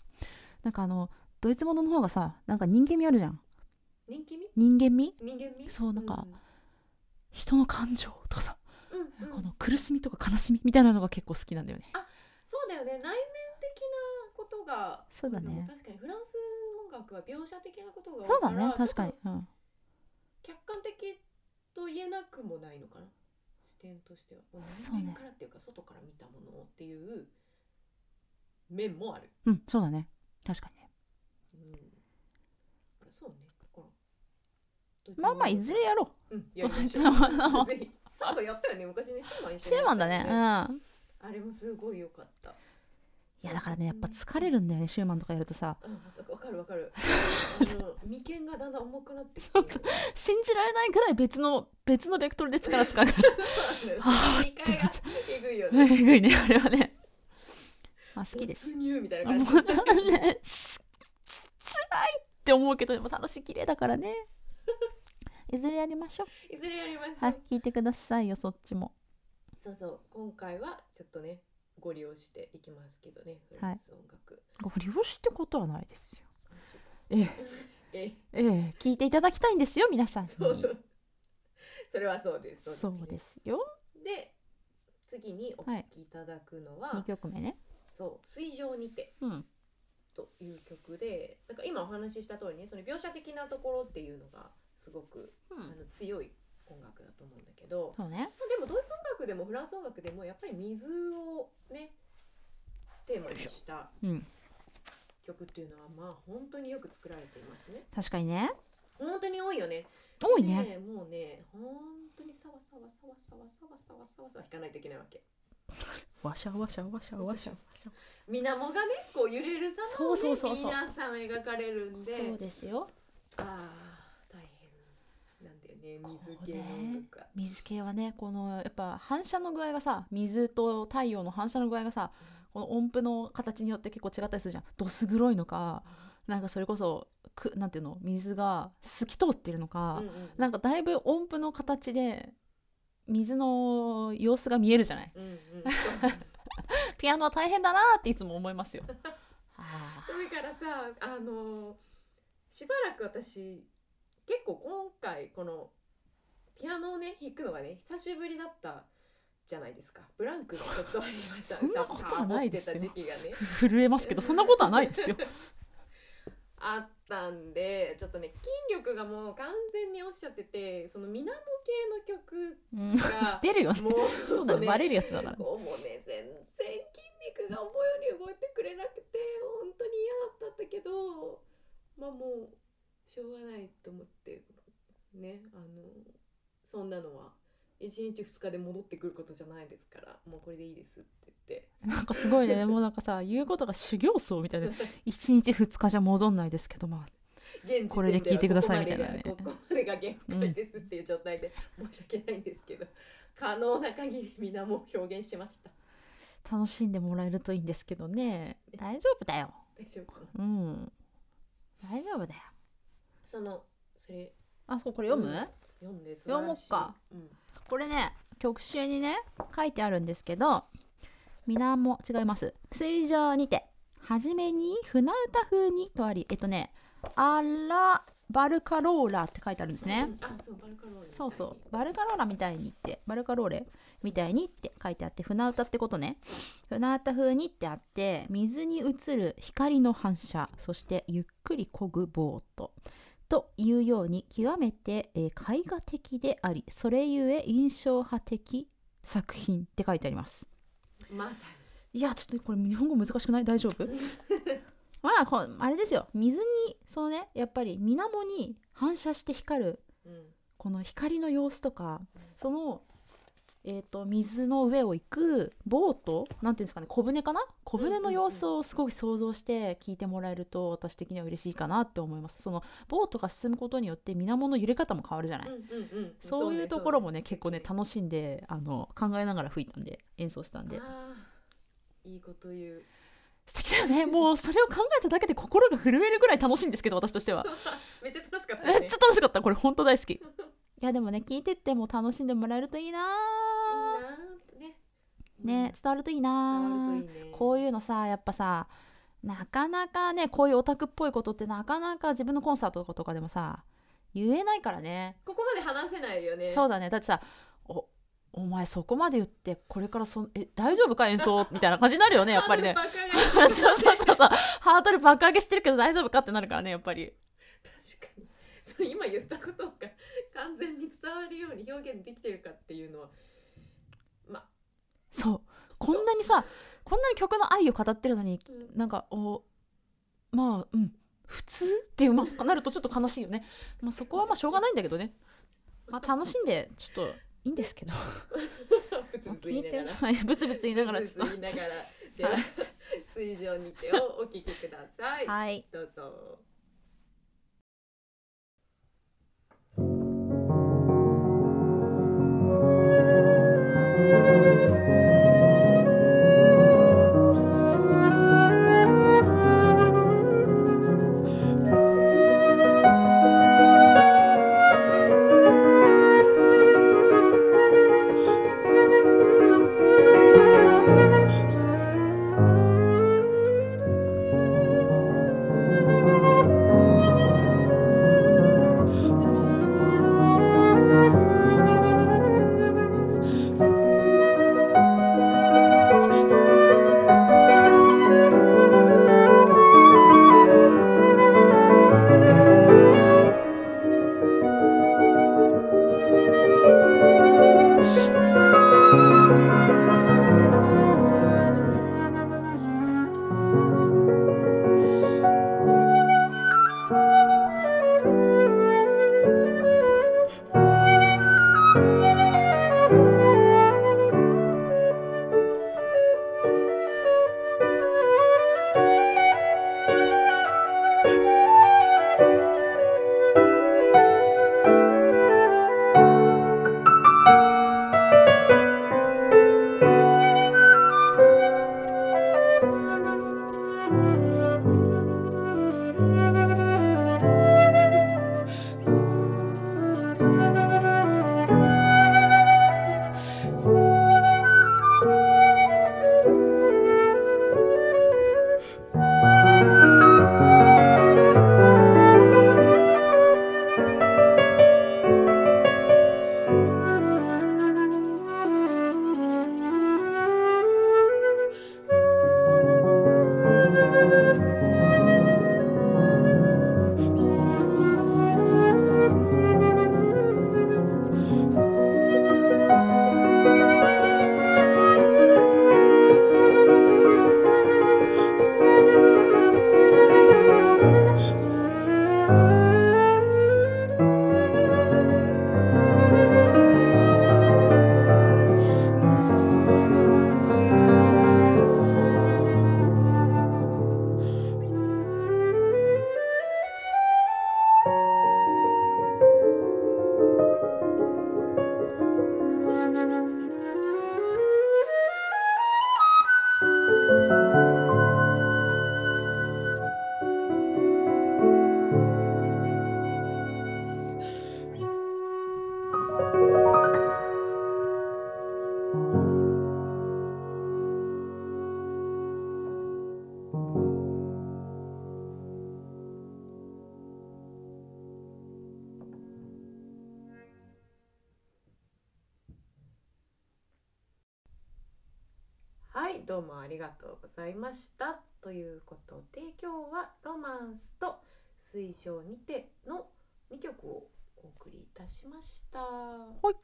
Speaker 2: なんかあのドイツものの方がさなんか人間味あるじゃん
Speaker 1: 人気み
Speaker 2: 人間味
Speaker 1: 人間味
Speaker 2: そうなんか人の感情とかさ、
Speaker 1: うん、うんう
Speaker 2: こ
Speaker 1: ん、
Speaker 2: の苦しみとか悲しみみたいなのが結構好きなんだよね
Speaker 1: そうだよね内面的なことが
Speaker 2: そうだね
Speaker 1: でも確かにフランス音楽は描写的なことが多い
Speaker 2: そうだ
Speaker 1: ら
Speaker 2: ね確かに
Speaker 1: ちょっ
Speaker 2: うん
Speaker 1: と客観的と言えなくもないのかな視点としてはもう
Speaker 2: そうね
Speaker 1: 内面からっていうか外から見たものっていう面もある、
Speaker 2: うんそうだね確かにね
Speaker 1: うん、だからそうねだからドイツ
Speaker 2: まあまあいずれやろ
Speaker 1: うん
Speaker 2: う
Speaker 1: やりましょ
Speaker 2: ドイツもの
Speaker 1: う ぜひなんかやったよね昔ねシーマン
Speaker 2: う
Speaker 1: 一緒
Speaker 2: シ
Speaker 1: にやった
Speaker 2: ーマ
Speaker 1: よ
Speaker 2: ンだねうん
Speaker 1: あれもすごい良かった
Speaker 2: いやだからねやっぱ疲れるんだよねシューマンとかやるとさ
Speaker 1: うんわかるわか るあの眉間がだんだん重くなってきてる
Speaker 2: 信じられないぐらい別の別のベクトルで力使う からさはあ
Speaker 1: 切り替えがえぐいよね。
Speaker 2: えぐいねあれはねまあ好きです
Speaker 1: 没入みたいな
Speaker 2: あも
Speaker 1: 感
Speaker 2: う
Speaker 1: じ。
Speaker 2: ねしって思うけどでも楽しい綺麗だからね いずれやりましょう
Speaker 1: いずれやりましょう、
Speaker 2: はい聞いてくださいよそっちも
Speaker 1: そうそう今回はちょっとねご利用していきますけどねフ
Speaker 2: は
Speaker 1: ラ
Speaker 2: い
Speaker 1: ンス音楽、
Speaker 2: ご利用してことはないですよえ
Speaker 1: え
Speaker 2: えええ聞いていただきたいんですよ皆さんに
Speaker 1: そうそうそれはそうです
Speaker 2: そうですすよ
Speaker 1: で次にお聴きいただくのは、
Speaker 2: 2曲目ね
Speaker 1: そう「水上にて
Speaker 2: うん」
Speaker 1: という曲でなんか今お話しした通りねその描写的なところっていうのがすごく、
Speaker 2: う
Speaker 1: あ
Speaker 2: ん
Speaker 1: の強い音楽だと思うんだけど、
Speaker 2: そうね
Speaker 1: まあでもドイツ音楽でもフランス音楽でもやっぱり水をねテーマにした
Speaker 2: うん
Speaker 1: 曲っていうのはまあ本当によく作られていますね
Speaker 2: 確かにね
Speaker 1: 本当に多いよね
Speaker 2: 多いね
Speaker 1: えもうね本当にさわさわさわさわさわさわさわさわ弾かないといけないわけ
Speaker 2: わしゃわしゃわしゃわしゃわしゃ
Speaker 1: 水面がねこう揺れる様を、ね、
Speaker 2: そうそうそうそう
Speaker 1: 皆さん描かれるんで
Speaker 2: そうですよ
Speaker 1: あー大変なんだよね
Speaker 2: こ
Speaker 1: 水
Speaker 2: うね
Speaker 1: 系の音楽が、
Speaker 2: 水系はねこのやっぱ反射の具合がさ水と太陽の反射の具合がさこの音符の形によって結構違ったりするじゃんどす黒いのかなんかそれこそくなんていうの水が透き通ってるのか、
Speaker 1: うんうん
Speaker 2: なんかだいぶ音符の形で水の様子が見えるじゃない
Speaker 1: うんうん、
Speaker 2: ピアノは大変だなっていつも思いますよ。あ
Speaker 1: だからさあのーしばらく私結構今回このピアノをね弾くのがね久しぶりだったじゃないですかブランクがちょっとありましたね
Speaker 2: そんなことはないですよ
Speaker 1: サボってた時期がね
Speaker 2: ー震えますけどそんなことはないですよ。
Speaker 1: あったんでちょっとね筋力がもう完全に落ちちゃっててその水面系の曲
Speaker 2: うん、
Speaker 1: が
Speaker 2: 出るよね。
Speaker 1: もう
Speaker 2: そうだねバレるやつだから。
Speaker 1: こうもうね全然筋肉が思うように動いてくれなくて本当に嫌だったんだけどまあもうしょうがないと思ってねあのそんなのは1日2日で戻ってくることじゃないですからもうこれでいいですって言って
Speaker 2: なんかすごい ねもうなんかさ言うことが修行僧みたいで1日2日じゃ戻んないですけどまあ
Speaker 1: 現時点は
Speaker 2: これで聞いてくださいみたいなね
Speaker 1: ここまでがここまでが限界ですっていう状態で申し訳ないんですけど、可能な限りみんなもう表現しました
Speaker 2: 楽しんでもらえるといいんですけどね大丈夫だよ。
Speaker 1: 大丈夫かな
Speaker 2: うん大丈夫だよ。
Speaker 1: そのそれ
Speaker 2: あそうこれ読む、
Speaker 1: うん読んで素晴らしい
Speaker 2: 読もうか、
Speaker 1: うん
Speaker 2: これね曲集にね書いてあるんですけど皆も違います「水上にて」「はじめに船歌風に」とありえっとね「アラバルカローラ」って書いてあるんです
Speaker 1: う
Speaker 2: ね、
Speaker 1: ん。あ、そうバルカローレみたいに
Speaker 2: そうそうバルカローラみたいにってバルカローレみたいにって書いてあって船歌ってことね船歌風にってあって水に映る光の反射そしてゆっくり漕ぐボートというように極めて、えー絵画的でありそれゆえ印象派的作品って書いてあります
Speaker 1: まさ
Speaker 2: いやちょっとこれ日本語難しくない大丈夫 まあこうあれですよ水にそのねやっぱり水面に反射して光る
Speaker 1: に。うん。
Speaker 2: この光の様子とかその、えー、と水の上を行くボートなんていうんですかね小舟かな小舟の様子をすごい想像して聞いてもらえると私的には嬉しいかなって思いますそのボートが進むことによって水面の揺れ方も変わるじゃない、
Speaker 1: うんうんうん。
Speaker 2: そういうところも
Speaker 1: そ
Speaker 2: ね
Speaker 1: う
Speaker 2: 結構ね楽しんであの考えながら吹いたんで演奏したんで
Speaker 1: あーいいこと言う。
Speaker 2: 素敵だよねもうそれを考えただけで心が震えるぐらい楽しいんですけど私とし ては
Speaker 1: めっちゃ楽しかった
Speaker 2: め
Speaker 1: よ
Speaker 2: っ
Speaker 1: ね
Speaker 2: ちゃ。楽しかったこれ本当大好きいやでもね聞いてっても楽しんでもらえるといいなー
Speaker 1: いいなーってね。
Speaker 2: ね、伝わるといい
Speaker 1: うん。
Speaker 2: な
Speaker 1: 伝わるといいね。。
Speaker 2: こういううのさやっぱさなかなかねこういうオタクっぽいことってなかなか自分のコンサートとかでもさ言えないからね、
Speaker 1: ここまで話せないよね。
Speaker 2: そう
Speaker 1: う。
Speaker 2: だねだってさおお前そこまで言ってこれからそんえ大丈夫か演奏みたいな感じになるよねやっぱり ね
Speaker 1: バカが
Speaker 2: そうそう そうそうハードル爆上げしてるけど大丈夫かってなるからねやっぱり
Speaker 1: 確かに。そう今言ったことが完全に伝わるように表現できてるかっていうのは、ま
Speaker 2: そうこんなにさこんなに曲の愛を語ってるのに
Speaker 1: う
Speaker 2: なんかおまあうん普通っていう、まあ、なるとちょっと悲しいよね、まあ、そこはまあしょうがないんだけどね、まあ、楽しんでちょっといいんですけど
Speaker 1: あ、ぶつぶつ
Speaker 2: 聞
Speaker 1: 言
Speaker 2: い
Speaker 1: いな
Speaker 2: て
Speaker 1: が
Speaker 2: る
Speaker 1: ら。
Speaker 2: はいブツブツ言いながら
Speaker 1: ぶつ
Speaker 2: ち
Speaker 1: ぶ
Speaker 2: ょ
Speaker 1: つ
Speaker 2: っ
Speaker 1: 言いながら、では
Speaker 2: はい
Speaker 1: 水上にてをお聞きください。
Speaker 2: とはい
Speaker 1: どうぞ。
Speaker 3: 「
Speaker 1: どうもありがとうございましたということで今日は「ロマンス」と「水晶にて」の2曲をお送りいたしました。
Speaker 2: い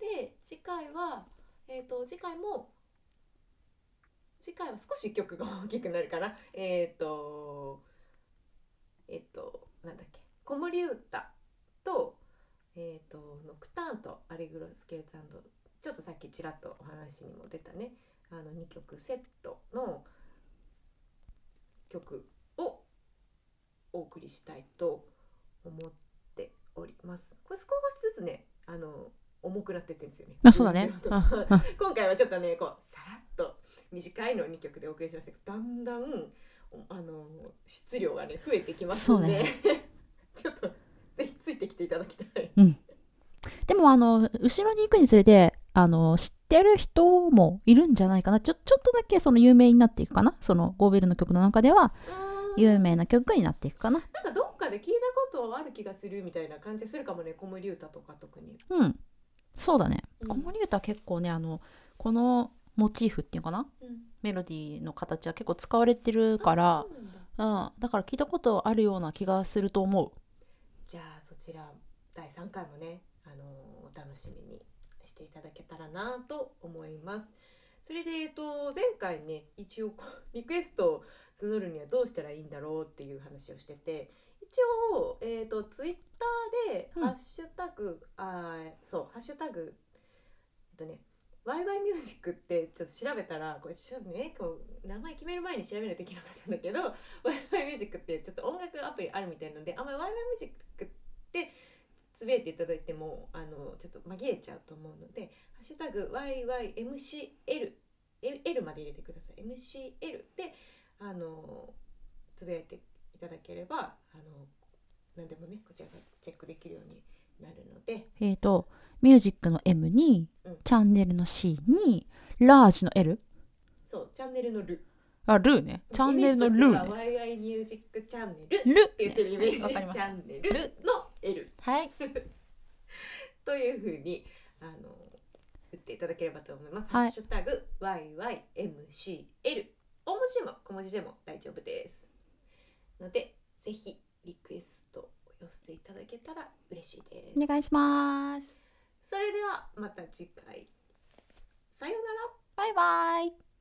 Speaker 1: で次回は、えー、と次回も次回は少し曲が大きくなるかな。えっ、とえっ、となんだっけ「子守歌」と「えっ、とノクターン」と「アレグロスケルツちょっとさっきちらっとお話にも出たねあの2曲セットの曲をお送りしたいと思っております。これ少しずつねあの重くなってってんですよね。
Speaker 2: あそうだね
Speaker 1: 今回はちょっとねこうさらっと短いの2曲でお送りしましたけどだんだんおあの質量がね増えてきますので、 ちょっとぜひついてきていただきたい。
Speaker 2: うん。でも、あの、後ろに行くにつれて、あの、知ってる人もいるんじゃないかな。ちょ、ちょっとだけその有名になっていくかな。その、ゴーベルの曲の中では、有名な曲になっていくかな。
Speaker 1: なんかどっかで聞いたことはある気がするみたいな感じするかもね、コムリュータとか特に。
Speaker 2: うん。そうだね。
Speaker 1: うん
Speaker 2: 子守歌は結構ね、あの、このモチーフっていうのかな。
Speaker 1: うん、
Speaker 2: メロディーの形は結構使われてるから、
Speaker 1: そうなんだ
Speaker 2: うん。だから聞いたことあるような気がすると思う。
Speaker 1: じゃあそちら第3回もね、あのお楽しみにしていただけたらなと思います。それで、えっと、前回ね一応こうリ クエストを募るにはどうしたらいいんだろうっていう話をしてて一応、えっとツイッターで「
Speaker 2: うん
Speaker 1: ハッシュタグ、あーそうハッシュタグえっとねワイワイミュージックってちょっと調べたらこれちょっとねこう名前決める前に調べないといけなかったんだけどワイワイミュージックってちょっと音楽アプリあるみたいなのであんまりワイワイミュージックってつぶやいていただいてもあのちょっと紛れちゃうと思うので「ハッシュタグ #YYMCL」え L まで入れてください MCL であのつぶやいていただければあの何でもねこちらがチェックできるようになるので
Speaker 2: えー、と、ミュージックの M に、
Speaker 1: うん
Speaker 2: チャンネルの C に、ラージの L。
Speaker 1: そうチャンネルのル
Speaker 2: あ、ルーね。チャンネルのルーね。
Speaker 1: イメージとしては YY ミュージックチャンネルって
Speaker 2: ルー
Speaker 1: 言ってるイメージ、
Speaker 2: わ
Speaker 1: チ
Speaker 2: かりまし
Speaker 1: ャ
Speaker 2: た。
Speaker 1: ンネルの L
Speaker 2: はい。
Speaker 1: というふうにあの打っていただければと思います。
Speaker 2: はい
Speaker 1: ハッシュタグ YYMCL 大文字でも小文字でも大丈夫です。のでぜひリクエストを寄せていただけたら嬉しいです。
Speaker 2: お願いします。
Speaker 1: それではまた次回。さようなら。
Speaker 2: バイバイ。